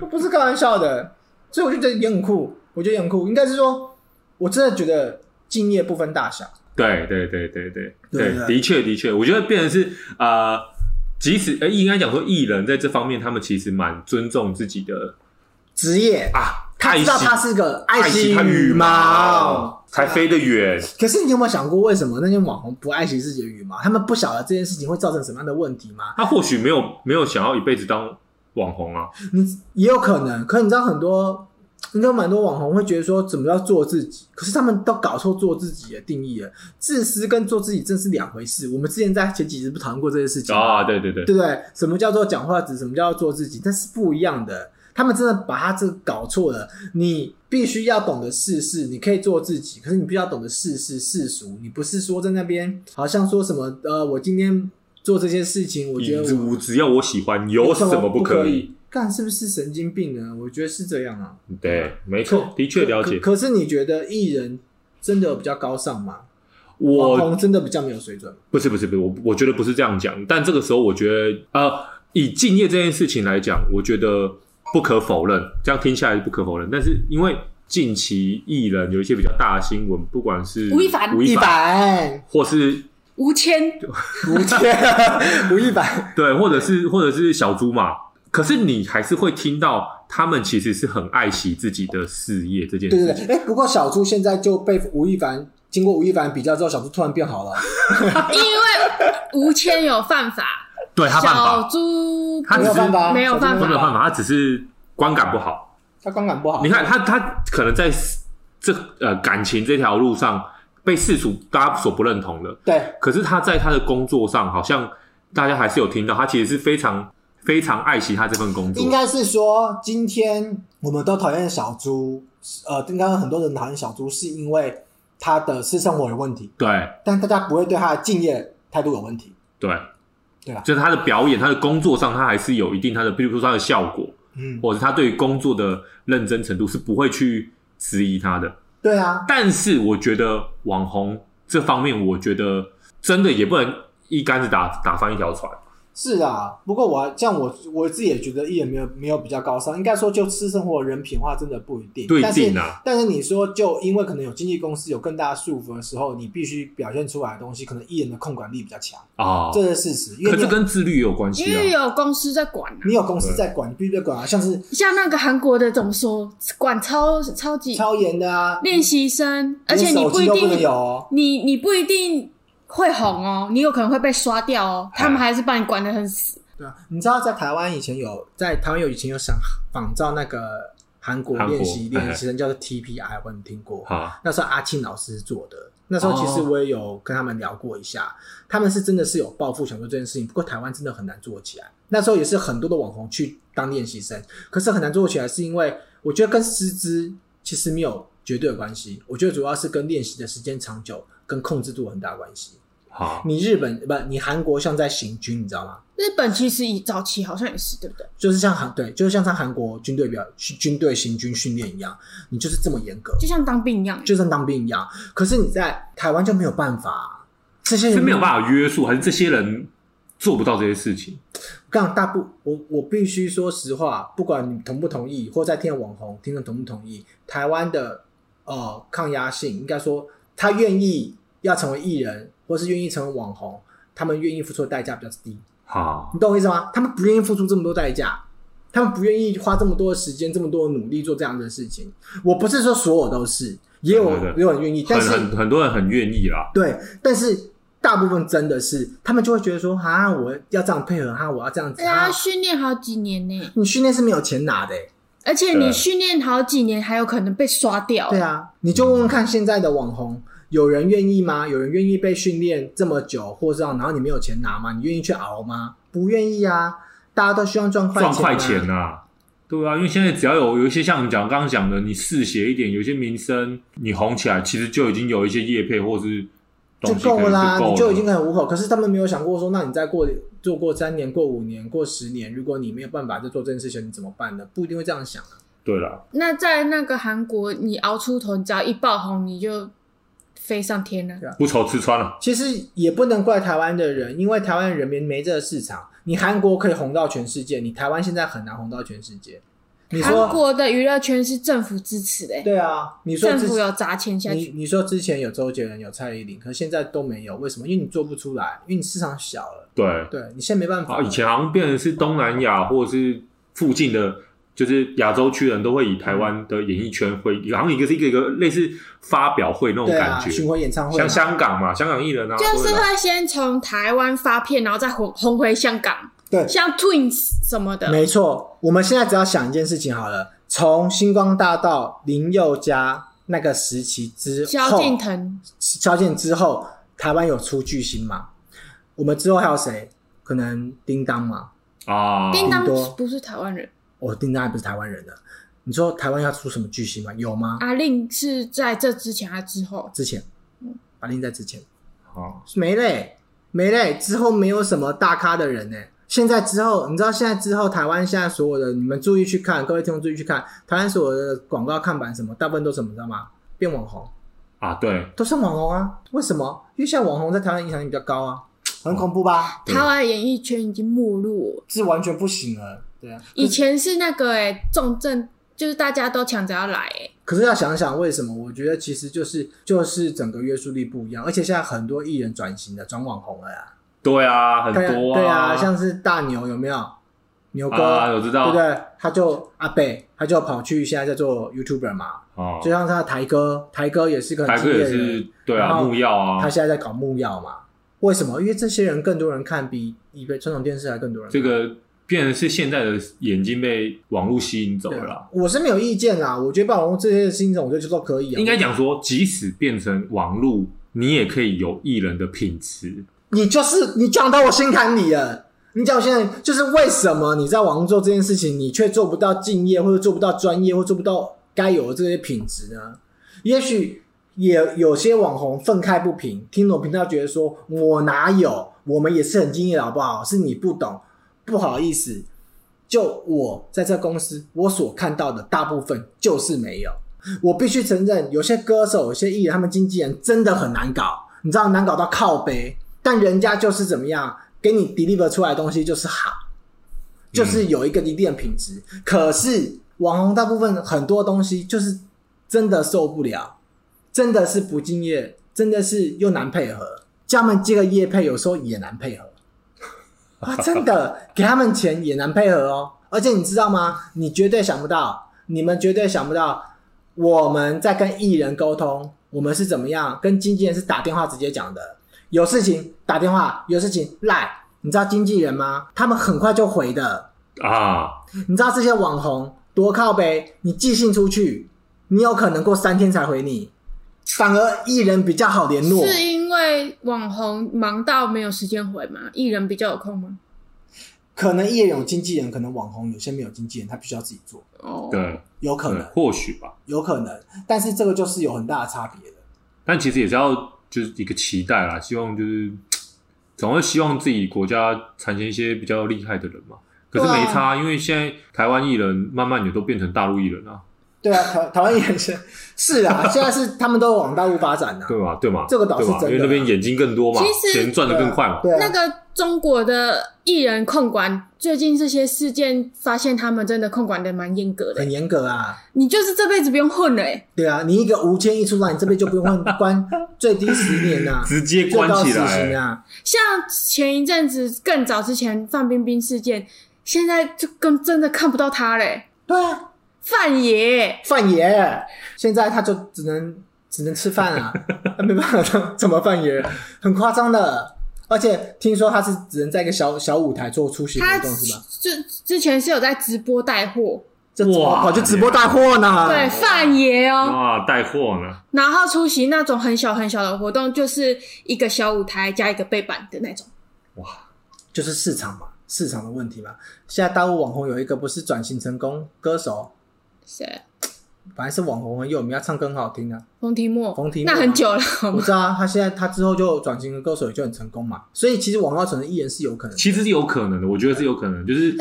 S4: 我不是开玩笑的，所以我就觉得也很酷，我觉得也很酷。应该是说，我真的觉得敬业不分大小，
S2: 对对对对对
S4: 对啊
S2: 对，的确的确，我觉得变成是呃，即使呃，应该讲说艺人在这方面，他们其实蛮尊重自己的
S4: 职业，
S2: 啊，
S4: 他知道他是个爱惜
S2: 他
S4: 羽毛。
S2: 才飞得远。
S4: 可是你有没有想过，为什么那些网红不爱惜自己的羽毛？他们不晓得这件事情会造成什么样的问题吗？
S2: 他或许没有没有想要一辈子当网红啊，
S4: 你也有可能，可是你知道很多，应该蛮多网红会觉得说，怎么叫做自己？可是他们都搞错做自己的定义了。自私跟做自己真是两回事。我们之前在前几集不讨论过这件事情吗
S2: 啊，对对对，
S4: 对不对？什么叫做讲话直，什么叫做做自己，但是不一样的。他们真的把他这个搞错了。你必须要懂得世事，你可以做自己，可是你必须要懂得世事世俗。你不是说在那边好像说什么呃，我今天做这些事情，我觉得我
S2: 我只要我喜欢，有什么
S4: 不
S2: 不可以？？
S4: 干是不是神经病呢？我觉得是这样啊。
S2: 对，没错，的确了解。
S4: 可可是你觉得艺人真的有比较高尚吗？网
S2: 我
S4: 红真的比较没有水准吗？
S2: 不是不是不是，我我觉得不是这样讲。但这个时候，我觉得呃，以敬业这件事情来讲，我觉得不可否认，这样听下来是不可否认。但是因为近期艺人有一些比较大的新闻，不管是
S3: 吴亦凡
S2: 吴亦
S4: 一
S2: 凡，
S4: 百，
S2: 或是
S3: 吴
S4: [LAUGHS]
S3: 谦，
S4: 吴天，吴亦凡。
S2: 对，或者是或者是小猪嘛。可是你还是会听到他们其实是很爱惜自己的事业这件事
S4: 对
S2: 情。
S4: 对对，哎，不过小猪现在就被吴亦凡经过吴亦凡比较之后，小猪突然变好
S2: [LAUGHS]
S4: 了。
S3: 因为吴谦有犯法，
S2: 对他办
S3: 小
S2: 法，
S3: 猪
S2: 他只
S4: 没有
S2: 是
S4: 办法，啊
S3: 没有
S2: 他
S3: 办
S2: 没有
S3: 法，
S2: 办法，他只是观感不好。
S4: 他观感不好。
S2: 你看他，他可能在这呃感情这条路上被世俗大家所不认同的，
S4: 对，
S2: 可是他在他的工作上，好像大家还是有听到，他其实是非常非常爱惜他这份工作
S4: 应。该是说今天我们都讨厌小猪，呃，应该很多人讨厌小猪是因为他的私生活有问题，
S2: 对
S4: 但大家不会对他的敬业态度有问题。
S2: 对
S4: 对啊吧
S2: 就是他的表演，他的工作上，他还是有一定他的，比如说他的效果，
S4: 嗯，
S2: 或者是他对于工作的认真程度，是不会去质疑他的。
S4: 对啊，
S2: 但是我觉得网红这方面，我觉得真的也不能一竿子打打翻一条船。
S4: 是啊。不过我像我我自己也觉得艺人没有没有比较高尚，应该说就私生活人品化真的不一定。
S2: 对
S4: 但是
S2: 定啊，
S4: 但是你说，就因为可能有经纪公司有更大的束缚的时候，你必须表现出来的东西，可能艺人的控管力比较强，
S2: 哦，
S4: 这是事实。因为
S2: 可
S4: 你
S2: 是
S4: 有
S2: 跟自律也有关
S4: 哦
S2: 系
S3: 因为
S2: 啊。
S3: 有公司在管啊。
S4: 你有公司在
S2: 嗯
S4: 管，你必须得管啊，像是
S3: 像那个韩国的怎么说，管超超级
S4: 超严的啊，
S3: 练习生，而且
S4: 你
S3: 你
S4: 手
S3: 不
S4: 机
S3: 一
S4: 都不
S3: 定
S4: 能有哦。
S3: 你你不一定会红哦，你有可能会被刷掉哦，
S2: 哎
S3: 他们还是把你管得很死。
S4: 对啊，你知道在台湾以前有在台湾有以前有想仿照那个韩国
S2: 韩国
S4: 练习
S2: 哎
S4: 练习生叫做 TPI，我你听过？
S2: 好，
S4: 那时候阿庆老师做的。那时候其实
S2: 哦
S4: 我也有跟他们聊过一下，他们是真的是有抱负想做这件事情，不过台湾真的很难做起来。那时候也是很多的网红去当练习生，可是很难做起来，是因为我觉得跟师资其实没有绝对的关系，我觉得主要是跟练习的时间长久跟控制度有很大关系。
S2: 好，
S4: 你日本不，你韩国像在行军，你知道吗？
S3: 日本其实以早期好像也是，对不对？
S4: 就是像韩对，就是像在韩国军队表军队行军训练一样，你就是这么严格，
S3: 就像当兵一样，
S4: 就像当兵一样。可是你在台湾就没有办法啊、这些人
S2: 是没有办法约束，还是这些人做不到这些事情？
S4: 干大部，我我必须说实话，不管你同不同意，或在听的网红听众同不同意，台湾的呃抗压性，应该说他愿意要成为艺人，或是愿意成为网红，他们愿意付出的代价比较低。
S2: 好，
S4: 你懂我意思吗？他们不愿意付出这么多代价，他们不愿意花这么多的时间、这么多的努力做这样的事情。我不是说所有都是，也有
S2: 对对对
S4: 也有人愿意，但
S2: 很
S4: 是
S2: 很很多人很愿意啦。
S4: 对，但是大部分真的是他们就会觉得说啊，我要这样配合哈、我要这样子
S3: 对啊，
S4: 啊
S3: 要。训练好几年呢、
S4: 你训练是没有钱拿的、欸，
S3: 而且你
S2: 对
S3: 训练好几年，还有可能被刷掉。
S4: 对啊，你就问问看现在的网红，有人愿意吗？有人愿意被训练这么久，或是让然后你没有钱拿吗？你愿意去熬吗？不愿意啊，大家都希望赚快钱、
S2: 赚
S4: 啊，
S2: 快钱呐、对啊，因为现在只要有有一些像你讲刚刚讲的，你嗜血一点，有些民生你红起来，其实就已经有一些业配或是
S4: 就
S2: 东西
S4: 够
S2: 可能
S4: 了啦，
S2: 就够
S4: 你就已经
S2: 了
S4: 很糊口。可是他们没有想过说，那你再过做过三年、过五年、过十年，如果你没有办法再做这件事情，你怎么办呢？不一定会这样想啊。
S2: 对了，
S3: 那在那个韩国，你熬出头，你只要一爆红，你就飞上天了。
S4: 啊
S2: 不愁吃穿了。
S4: 其实也不能怪台湾的人，因为台湾人民没这个市场。你韩国可以红到全世界，你台湾现在很难红到全世界。你
S3: 韩
S4: 说
S3: 国的娱乐圈是政府支持的、欸，
S4: 对啊？你说
S3: 政
S4: 之
S3: 府有砸钱下
S4: 你
S3: 去。
S4: 你说之前有周杰伦、有蔡依林，可现在都没有，为什么？因为你做不出来，因为你市场小了。
S2: 对，
S4: 对你现在没办法
S2: 啊，
S4: 了。
S2: 以前好像变成是东南亚或者是附近的，就是亚洲区人都会以台湾的演艺圈会，好像一个是一个一个类似发表会那种
S4: 对
S2: 感
S4: 啊，
S2: 觉，
S4: 巡回演唱会嘛
S2: 像香港嘛，香港艺人啊，
S3: 就是
S2: 都会来
S3: 会先从台湾发片，然后再红红回香港，
S4: 对
S3: 像 Twins 什么的，
S4: 没错，我们现在只要想一件事情好了，从星光大道林宥嘉那个时期之
S3: 萧
S4: 后，
S3: 敬腾，
S4: 萧敬腾之后，台湾有出巨星嘛？我们之后还有谁？可能叮当嘛？
S2: 啊，
S3: 叮当
S4: 很多
S3: 不是台湾人，
S4: 哦，叮当还不是台湾人呢。你说台湾要出什么巨星吗？有吗？
S3: 阿令是在这之前还是之后？
S4: 之前，阿令在之前
S2: 啊
S4: 没嘞，没嘞，之后没有什么大咖的人呢。现在之后，你知道现在之后，台湾现在所有的，你们注意去看，各位听众注意去看，台湾所有的广告看板什么，大部分都什么，你知道吗？变网红，
S2: 啊，对，
S4: 都是网红啊。为什么？因为现在网红在台湾影响力比较高啊，很恐怖吧？
S2: 对
S3: 台湾演艺圈已经没落了，
S4: 是完全不行了，对啊。
S3: 以前是那个哎、重症，就是大家都抢着要来、欸，
S4: 可是要想想为什么？我觉得其实就是就是整个约束力不一样，而且现在很多艺人转型的转网红了啦。
S2: 对啊，很
S4: 对啊，
S2: 多
S4: 对啊，像是大牛有没有？牛哥，
S2: 啊，我知道，
S4: 对不对？他就阿贝，他就跑去现在在做 YouTuber 嘛，
S2: 啊，
S4: 就像他的台哥，台哥也是个很
S2: 台哥
S4: 敬业
S2: 也
S4: 的
S2: 是
S4: 人，
S2: 对
S4: 然
S2: 啊，
S4: 后
S2: 木曜啊
S4: 他，现在在搞木曜嘛。为什么？因为这些人更多人看，比比传统电视台更多人看。
S2: 这个变成是现在的眼睛被网络吸引走
S4: 对啊
S2: 了啦。
S4: 我是没有意见啦。我觉得霸王这些新种，我觉得都可以啊。
S2: 应该讲说，即使变成网络，你也可以有艺人的品质。
S4: 你就是你讲到我心坎里了。你讲我现在就是为什么你在网络做这件事情，你却做不到敬业，或者做不到专业，或做不到该有的这些品质呢？也许也有些网红愤慨不平，听了我频道觉得说，我哪有？我们也是很敬业的，好不好？是你不懂，不好意思。就我在这公司，我所看到的大部分就是没有。我必须承认，有些歌手、有些艺人，他们经纪人真的很难搞，你知道难搞到靠背，但人家就是怎么样，给你 deliver 出来的东西就是好，就是有一个一定的品质。可是网红大部分很多东西就是真的受不了，真的是不敬业，真的是又难配合，叫他们接个业配，有时候也难配合。啊，真的给他们钱也难配合哦。而且你知道吗？你绝对想不到，你们绝对想不到，我们在跟艺人沟通，我们是怎么样跟经纪人是打电话直接讲的，有事情打电话，有事情赖。你知道经纪人吗？他们很快就回的。
S2: 啊，
S4: 你知道这些网红多靠背，你寄信出去，你有可能过三天才回你，反而艺人比较好联络。
S3: 是因为网红忙到没有时间回吗？艺人比较有空吗？
S4: 可能艺人有经纪人，可能网红有些没有经纪人，他必须要自己做，
S3: 哦，
S2: 对，啊
S4: 有可
S2: 对
S4: 能，。
S2: 或许吧，
S4: 有可能，但是这个就是有很大的差别的。
S2: 但其实也是要就是一个期待啦，希望就是总会希望自己国家产生一些比较厉害的人嘛。可是
S4: 对啊
S2: 没差，因为现在台湾艺人慢慢也都变成大陆艺人啊，
S4: 对啊，台台湾也是是啊，现在是他们都往大陆发展呐、啊
S2: 对吧？对嘛？
S4: 这个倒是
S2: 对嘛
S4: 真的
S2: 因为那边眼睛更多嘛
S3: 其，实
S2: 钱赚的更快嘛。
S4: 对啊，
S3: 那个中国的艺人控管，最近这些事件发现他们真的控管的蛮严格的
S4: 很。严格啊。
S3: 你就是这辈子不用混了、欸，
S4: 对啊，你一个无间一出来，你这边就不用换关最低十年呐、
S2: 直接
S4: 最
S2: 关
S4: 高
S2: 起
S4: 死刑
S2: 来，
S4: 啊。
S3: 像前一阵子更早之前范冰冰事件，现在就跟真的看不到她嘞、欸
S4: 对啊，
S3: 范爷欸
S4: 范爷现在他就只能只能吃饭啊，那没办法，怎么办也很夸张的。而且听说他是只能在一个小小舞台做出席活
S3: 他
S4: 动是吧？
S3: 之之前是有在直播带货，
S4: 这
S2: 哇
S4: 跑去直播带货呢？
S3: 对，范爷哦，
S4: 啊
S2: 哇，带货呢？
S3: 然后出席那种很小很小的活动，就是一个小舞台加一个背板的那种。
S2: 哇，
S4: 就是市场嘛，市场的问题嘛。现在大陆网红有一个不是转型成功歌手，
S3: 谁？
S4: 本来是网红很有名，要唱歌很好听啊。
S3: 冯提莫，
S4: 冯提莫
S3: 那很久
S4: [LAUGHS]
S3: 了，好
S4: 我
S3: 吗？
S4: 知道啊，他现在他之后就转型成歌手，也就很成功嘛。所以其实网红要转成艺人是有可能的。
S2: 其实是有可能的，我觉得是有可能，就是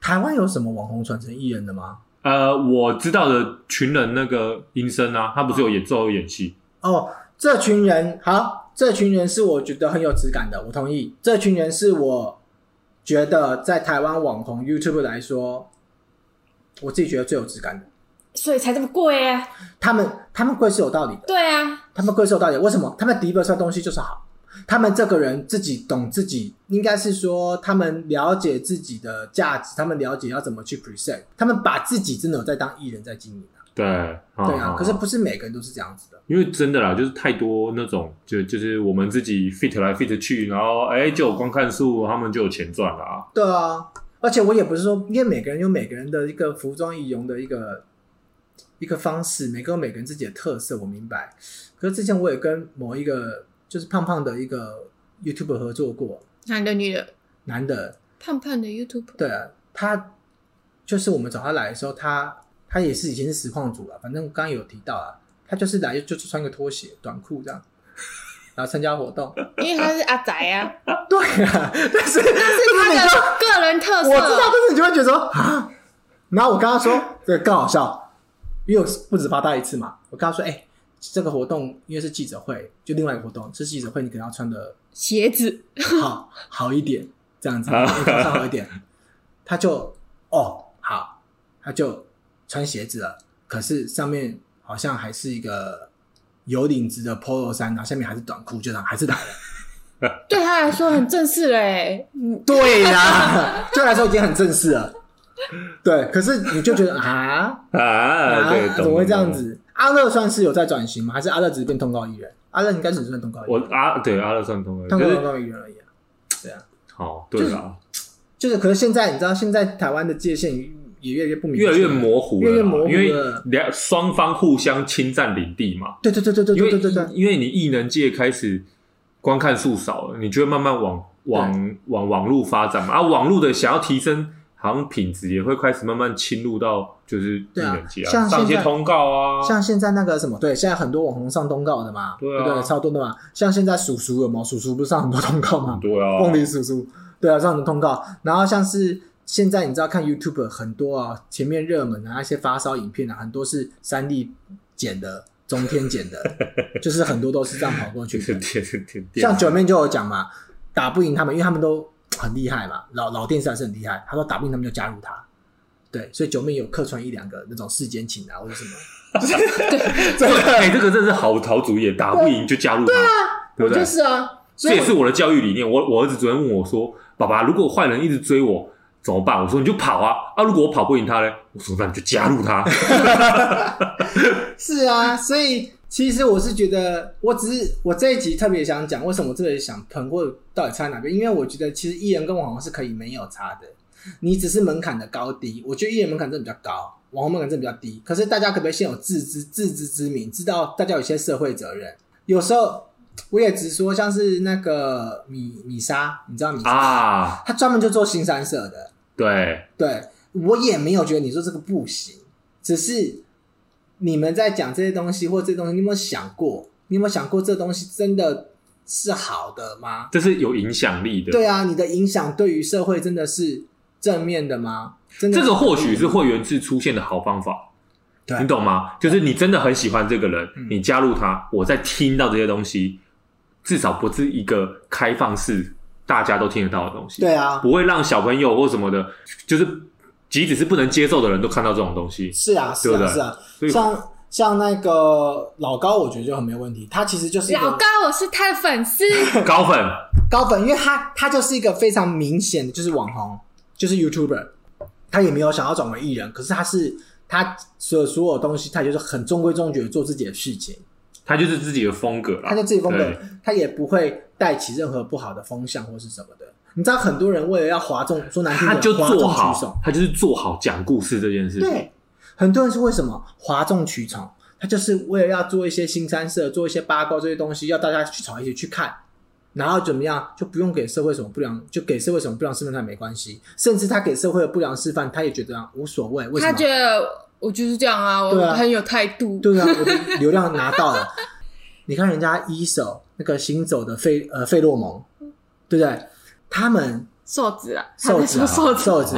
S4: 台湾有什么网红转成艺人的吗？
S2: 呃，我知道的群人那个音声啊，他不是有演奏有演戏，
S4: 哦，这群人好，这群人是我觉得很有质感的，我同意。这群人是我觉得在台湾网红 YouTube 来说，我自己觉得最有质感的。
S3: 所以才这么贵啊！
S4: 他们他们贵是有道理的。
S3: 对啊，
S4: 他们贵受到底为什么？他们 deliver 东西就是好，他们这个人自己懂自己，应该是说他们了解自己的价值，他们了解要怎么去 present，他们把自己真的有在当艺人在经营啊。
S2: 对，
S4: 对
S2: 对
S4: 啊，可是不是每个人都是这样子的。
S2: 因为真的啦，就是太多那种，就就是我们自己 fit 来 fit 去，然后哎就有观看数，他们就有钱赚啦。
S4: 对啊，而且我也不是说，因为每个人有每个人的一个服装仪容的一个一个方式，每个有每个人自己的特色，我明白。可是之前我也跟某一个就是胖胖的一个 YouTube 合作过，
S3: 男的女的，
S4: 男的，
S3: 胖胖的 YouTube，
S4: 对啊，他就是我们找他来的时候，他他也是以前是实况组啊，反正刚刚有提到啊，他就是来就是穿个拖鞋、短裤这样，然后参加活动。 [LAUGHS]
S3: 因为他是阿宅啊，
S4: 对啊，但是但
S3: 是
S4: 你就
S3: 他的个人特色。
S4: 我知道，但是你就会觉得说啊，然后我跟他说，这个更好笑，因为我不止发他一次嘛，我跟他说，哎、这个活动因为是记者会，就另外一个活动是记者会，你可能要穿的
S3: 鞋子，
S4: 好好一点，这样子，
S2: 啊
S4: 你穿好一
S2: [LAUGHS]
S4: 点。他就哦好，他就穿鞋子了，可是上面好像还是一个有领子的 polo 衫，然后下面还是短裤，就这样还是
S2: [LAUGHS]
S4: 来了。
S3: 对他来说很正式嘞。嗯，
S4: 对 [LAUGHS] 呀，对我来说已经很正式了。对，可是你就觉得啊
S2: 啊，对，
S4: 怎
S2: 懂
S4: 么会这样？
S2: 懂懂
S4: 子？阿乐算是有在转型吗？还是阿乐只是变通告艺人？阿乐应该只是变通告艺
S2: 我
S4: 人，
S2: 阿对阿乐算通了，
S4: 通
S2: 可
S4: 告通
S2: 是
S4: 告艺人而已、啊。对啊，
S2: 好对啦，
S4: 就是可是现在你知道，现在台湾的界限也越来越不明确，
S2: 越来越模糊了啦，
S4: 越来越模糊了
S2: 因为两双方互相侵占领地嘛，
S4: 对对对对对
S2: 因为
S4: 对对对对，
S2: 因为你艺能界开始观看数少了，你就会慢慢往往往网络发展嘛。啊，网络的想要提升好像品质，也会开始慢慢侵入到就是艺
S4: 对啊
S2: 能界
S4: 像
S2: 上一些
S4: 现在
S2: 通告啊，
S4: 像现在那个什么，对，现在很多网红上通告的嘛，
S2: 对
S4: 对
S2: 啊
S4: 不对？超多的嘛，像现在叔叔有没有？叔叔不是上很多通告吗？
S2: 对啊，
S4: 凤梨叔叔，对啊，上很多通告。然后像是现在你知道看 YouTube 很多啊，前面热门啊，那些发烧影片啊，很多是三 D 剪的，中天
S2: [LAUGHS]
S4: 剪的，就是很多都是这样跑过去
S2: 就是
S4: 的。
S2: 点点点点，啊
S4: 像九妹就有讲嘛，打不赢他们，因为他们都很厉害嘛，老老电视还是很厉害。他说打不赢他们就加入他，对，所以九妹有客串一两个那种世间情啊或者什么，真的
S2: [LAUGHS] 哎，这个真的是好好主意，打不赢就加入他，
S4: 啊
S2: 对不
S3: 我
S2: 对
S3: 就？是啊，
S2: 这也是我的教育理念。我我儿子昨天问我说：“爸爸，如果坏人一直追我怎么办？”我说：“你就跑啊！啊，如果我跑不赢他呢？”我说：“那你就加入他。
S4: 是啊，所以其实我是觉得，我只是我这一集特别想讲，为什么我特别想喷，或者到底差在哪边？因为我觉得其实艺人跟网红是可以没有差的，你只是门槛的高低。我觉得艺人门槛真的比较高，网红门槛真的比较低。可是大家可不可以先有自知自知之明，知道大家有一些社会责任？有时候我也直说，像是那个米米莎，你知道米”莎，
S2: 啊，
S4: 她专门就做新三社的，
S2: 对，
S4: 对我也没有觉得你说这个不行，只是你们在讲这些东西或这些东西，你有没有想过？你有没有想过这东西真的是好的吗？
S2: 这是有影响力的。
S4: 对啊，你的影响对于社会真的是正面的吗？真的
S2: 这个或许是会员制出现的好方法，
S4: 对
S2: 你懂吗？就是你真的很喜欢这个人，
S4: 嗯
S2: 你加入他，我在听到这些东西，至少不是一个开放式大家都听得到的东西，
S4: 对啊，
S2: 不会让小朋友或什么的，就是即使是不能接受的人都看到这种东西，
S4: 是啊，是
S2: 对不
S4: 啊，
S2: 对
S4: 是啊
S2: 所，以
S4: 像像那个老高，我觉得就很没问题。他其实就是一
S3: 老
S4: 个
S3: 高，我是他的粉丝，
S2: 高粉
S4: 高粉，因为他他就是一个非常明显的就是网红，就是 YouTuber，他也没有想要转为艺人，可是他是他所有所有东西，他就是很中规中矩地做自己的事情，
S2: 他就是自己的风格啦
S4: 他。就自己风格
S2: 对，
S4: 他也不会带起任何不好的风向或是什么的。你知道，很多人为了要哗众，说难听
S2: 他
S4: 点，
S2: 就
S4: 哗众
S2: 做
S4: 取宠
S2: 好，，他就是做好讲故事这件事情。
S4: 对，很多人是为什么哗众取宠？他就是为了要做一些新三色，做一些八卦这些东西，要大家去吵一起去看，然后怎么样就不用给社会什么不良，就给社会什么不良示范他也没关系，甚至他给社会的不良示范他也觉得无所谓， [LAUGHS] 为什
S3: 他
S4: 么？
S3: 觉得我就是这样啊，
S4: 对
S3: 我
S4: 啊
S3: 很有态度。
S4: 对啊，我的流量拿到了。 [LAUGHS] 你看人家一手那个行走的费呃费洛蒙，对不对？他们
S3: 瘦子啊，他
S4: 瘦
S3: 在
S4: 子
S3: 说
S4: 啊
S3: 瘦子，
S4: 瘦子，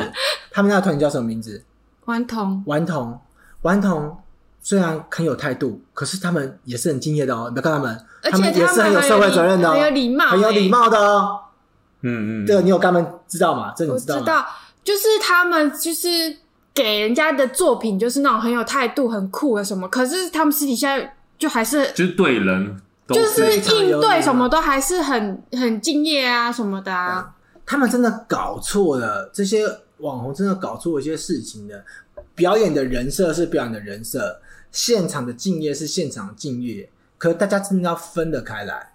S4: 他们那个团体叫什么名字？
S3: 顽童，
S4: 顽童，顽童虽然很有态度，可是他们也是很敬业的哦。你不要看他们，
S3: 而且
S4: 们也是
S3: 他们
S4: 有
S3: 很
S4: 社会
S3: 有
S4: 责任的、哦，
S3: 很有礼貌
S4: 很有礼
S3: 欸
S4: 貌的哦。
S2: 嗯嗯，
S4: 这个你有跟他们知道吗？这你
S3: 我
S4: 道
S3: 知
S4: 吗？
S3: 道，就是他们就是给人家的作品就是那种很有态度、很酷的什么，可是他们私底下就还是。
S2: 就是对人都
S3: 就是
S4: 非常有礼貌
S3: 应对什么都还是很很敬业啊什么的啊，
S4: 他们真的搞错了，这些网红真的搞错一些事情的。表演的人设是表演的人设，现场的敬业是现场的敬业，可大家真的要分得开来。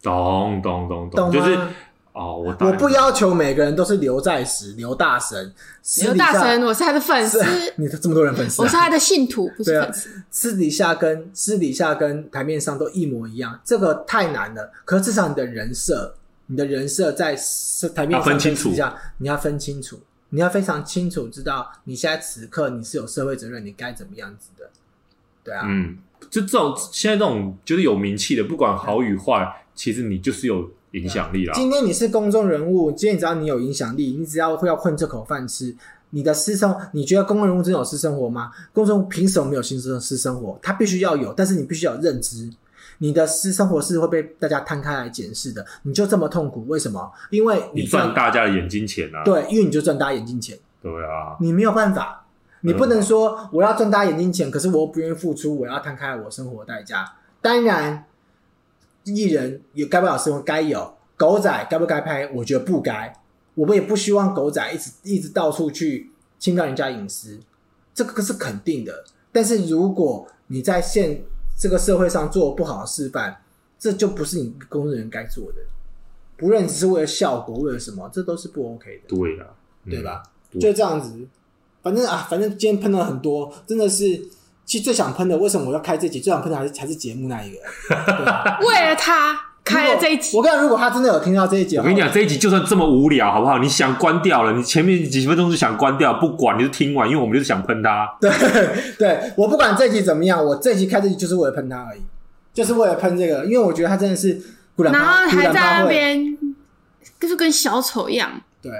S2: 懂懂懂
S4: 懂吗
S2: 就是哦，我
S4: 我
S2: 懂
S4: 不要求每个人都是刘在石、刘大神、啊私
S3: 刘
S4: 底
S3: 大
S4: 下
S3: 神，我是他的粉丝，
S4: 是啊你这么多人粉丝、啊，
S3: 我是他的信徒，不是
S4: 对啊
S3: 粉丝。
S4: 私底下跟私底下跟台面上都一模一样，这个太难了。可是至少你的人设，你的人设在是台面
S2: 要
S4: 上
S2: 分
S4: 跟
S2: 清
S4: 私
S2: 楚
S4: 底下，你要分清楚，你要非常清楚知道你现在此刻你是有社会责任，你该怎么样子的。对啊，
S2: 嗯，就这种现在这种就是有名气的，不管好与坏，其实你就是有影响力啦。
S4: 今天你是公众人物，今天只要你有影响力，你只要会要混这口饭吃。你的私生，你觉得公众人物真的有私生活吗？公众人物凭什么没有私生私生活？他必须要有，但是你必须要有认知，你的私生活是会被大家摊开来检视的。你就这么痛苦，为什么？因为
S2: 你
S4: 赚
S2: 赚大家的眼睛钱啊，
S4: 对，因为你就赚大家眼睛钱，
S2: 对啊，
S4: 你没有办法，你不
S2: 嗯
S4: 能说我要赚大家眼睛钱，可是我又不愿意付出，我要摊开我生活代价。当然，艺人有该不该有生活该有，狗仔该不该拍，我觉得不该。我们也不希望狗仔一直一直到处去侵犯人家隐私，这个是肯定的。但是如果你在现这个社会上做不好的示范，这就不是你工作人员该做的。不论只是为了效果，为了什么，这都是不 OK 的。
S2: 对啊，嗯
S4: 对吧？
S2: 对
S4: 就这样子，反正啊，反正今天喷了很多，真的是，其实最想喷的，为什么我要开这集？最想喷的还是还是节目那一个。
S3: [LAUGHS]
S4: 对啊
S3: 为了他开了这一集
S4: 如果，我跟你讲，如果他真的有听到这一集，
S2: 我跟你讲，，这一集就算这么无聊，好不好？你想关掉了，你前面几分钟是想关掉，不管你就听完，因为我们就是想喷他。
S4: 对 [LAUGHS] 对，我不管这一集怎么样，我这一集开这集就是为了喷他而已，就是为了喷这个，因为我觉得他真的是古兰
S3: 然
S4: 巴，
S3: 后
S4: 古
S3: 还
S4: 兰
S3: 在
S4: 巴
S3: 那
S4: 会，
S3: 边就是跟小丑一样，
S4: 对，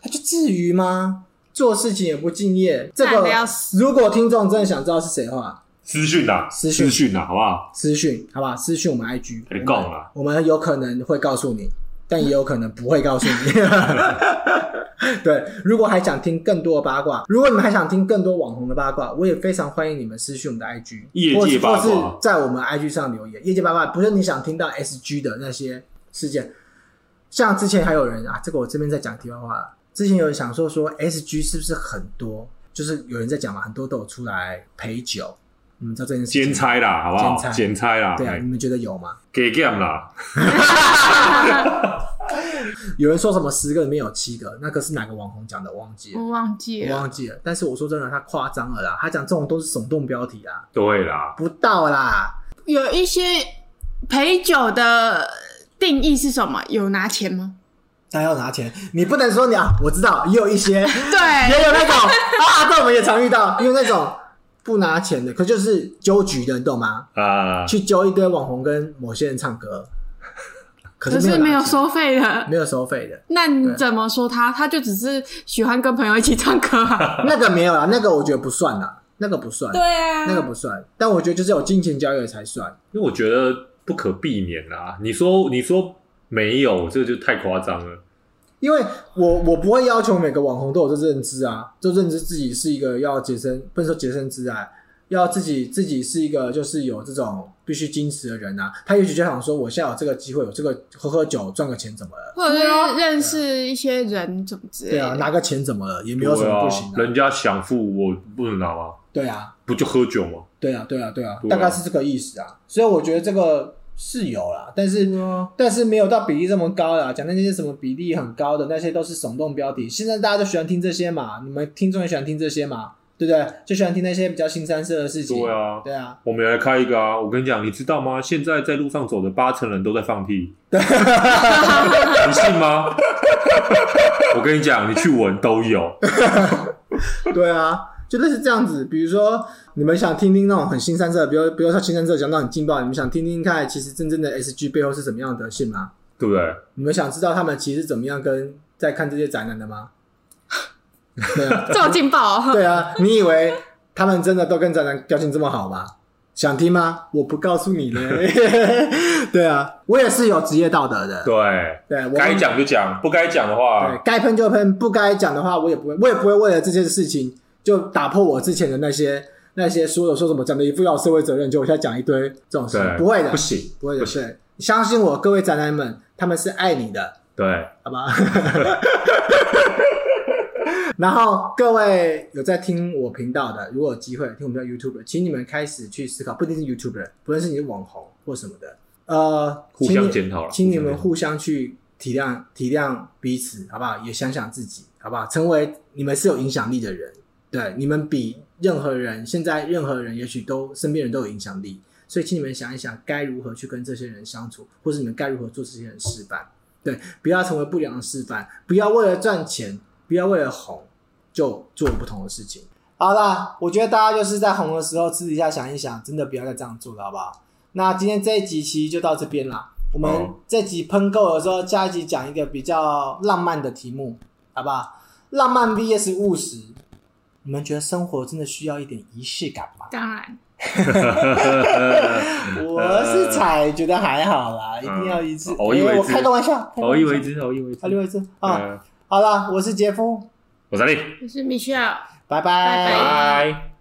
S4: 他就至于吗？做事情也不敬业，这
S3: 烂
S4: 个
S3: 得要死
S4: 如果听众真的想知道是谁的话，
S2: 资讯啊，
S4: 私讯
S2: 资讯啊，好不好？
S4: 私讯，好不好？私讯我们 IG，
S2: 跟你
S4: 我
S2: 讲
S4: 们
S2: 啦
S4: 我们有可能会告诉你，但也有可能不会告诉
S2: [LAUGHS]
S4: 你。对，如果还想听更多的八卦，如果你们还想听更多网红的八卦，我也非常欢迎你们私讯我们的 IG，
S2: 业
S4: 或
S2: 界
S4: 是
S2: 八卦
S4: 或是在我们 IG 上留言。业界八卦不是你想听到 SG 的那些事件，像之前还有人啊，这个我这边在讲题外话了。之前有人想说说 SG 是不是很多，就是有人在讲嘛，很多都有出来陪酒，嗯你们知道这件事情吗
S2: 兼差啦，好不好？
S4: 兼差
S2: 兼差啦，
S4: 对啊，
S2: 哎
S4: 你们觉得有吗？
S2: 给 game 啦，
S4: 有人说什么十个里面有七个，那个是哪个网红讲的？我忘记了，
S3: 我忘记
S4: 我
S3: 了。
S4: 忘记了。但是我说真的，他夸张了啦，他讲这种都是耸动标题啦，
S2: 对啦，
S4: 不到啦。
S3: 有一些陪酒的定义是什么？有拿钱吗？
S4: 他要拿钱，你不能说你啊，我知道，也有一 [LAUGHS] 些，也有
S3: 对，
S4: 那种啊，这我们也常遇到，因为那种不拿钱的，可就是纠局的，你懂吗？
S2: 啊，
S4: 去揪一堆网红跟某些人唱歌，
S3: 可
S4: 可是
S3: 是
S4: 没
S3: 没
S4: 有
S3: 有
S4: 拿钱
S3: 收费的。
S4: 没有收费的，
S3: 那你
S4: 对
S3: 怎么说他？他就只是喜欢跟朋友一起唱歌啊。
S4: 那个没有啦，那个我觉得不算啦，那个不算，
S3: 啊
S4: 那个不算，但我觉得就是有金钱交易的才算。
S2: 因为我觉得不可避免啦。你说你说没有，这就太夸张了。
S4: 因为我我不会要求每个网红都有这认知啊，就认知自己是一个要洁身，不能说洁身自爱，要自己自己是一个就是有这种必须矜持的人啊。他也许就想说，我现在有这个机会，有这个喝喝酒赚个钱怎么了？
S3: 或者是认识一些人怎么之类
S4: 对啊，
S3: 的。
S4: 拿个钱怎么了？也没有什
S2: 对
S4: 么
S2: 啊
S4: 不行、啊。
S2: 人家想付我不能拿吗？
S4: 对对啊，
S2: 不就喝酒吗？
S4: 对啊，对啊，对啊，
S2: 对啊
S4: 大概是这个意思啊。所以我觉得这个是有啦，但是、
S2: 啊
S4: 但是没有到比例这么高啦。讲的那些什么比例很高的，那些都是耸动标题。现在大家都喜欢听这些嘛，你们听众也喜欢听这些嘛，对不对？就喜欢听那些比较新三色的事情。
S2: 对，啊，
S4: 对啊，
S2: 我们来开一个啊！我跟你讲，你知道吗？现在在路上走的八成人都在放
S4: [LAUGHS]
S2: 屁，你信吗？我跟你讲，你去闻都有。
S4: 对啊，就类似这样子。比如说，你们想听听那种很新三色，比如比如说新三色讲到很劲爆，你们想听听看，其实真正的 SG 背后是怎么样的德性吗？
S2: 对不对？
S4: 你们想知道他们其实怎么样跟在看这些展览的吗？对啊，
S3: 这么劲爆、哦，
S4: [LAUGHS] 对啊，你以为他们真的都跟宅男交情这么好吗？想听吗？我不告诉你嘞。 [LAUGHS] 对啊，我也是有职业道德的。
S2: 对，
S4: 对，我
S2: 该讲就讲，不该讲的话
S4: 对，该喷就喷，不该讲的话我也不会，我也不会为了这件事情就打破我之前的那些那些说的说什么讲的一副要有社会责任，就我现在讲一堆这种事
S2: 对，，
S4: 不会的，
S2: 不，行，
S4: 不会的。
S2: 不行
S4: 对，相信我，各位宅男们，他们是爱你的。 [LAUGHS]
S2: 对， [LAUGHS]
S4: 好吧。然后各位有在听我频道的，如果有机会听我们的 YouTube，请你们开始去思考，不一定是 YouTuber，不论是你是网红或什么的，呃，
S2: 互
S4: 请你
S2: 相检讨啦
S4: 请你们
S2: 互
S4: 互相去体谅体谅彼此，好不好？也想想自己，好不好？成为你们是有影响力的人，对，你们比任何人，现在任何人也许都身边人都有影响力，所以请你们想一想，该如何去跟这些人相处，或是你们该如何做这些人示范。对，不要成为不良的示范，不要为了赚钱，不要为了红就做不同的事情。好啦，我觉得大家就是在红的时候私底下想一想，真的不要再这样做了，好不好？那今天这一集其实就到这边啦。我们
S2: 好
S4: 这集喷够了之后，下一集讲一个比较浪漫的题目，好不好？浪漫 VS 务实，你们觉得生活真的需要一点仪式感吗？
S3: 当然，
S4: 我是才觉得还好啦，一定要一致。
S2: 嗯偶一为之
S4: 诶我开个玩笑，开个玩
S2: 偶
S4: 笑
S2: 一为，之，偶一为之
S4: 啊，。另外一次啊。
S2: 嗯
S4: 好了，我是杰夫，
S2: 我是阿力，
S3: 我是 Michelle。拜
S4: 拜
S2: 拜。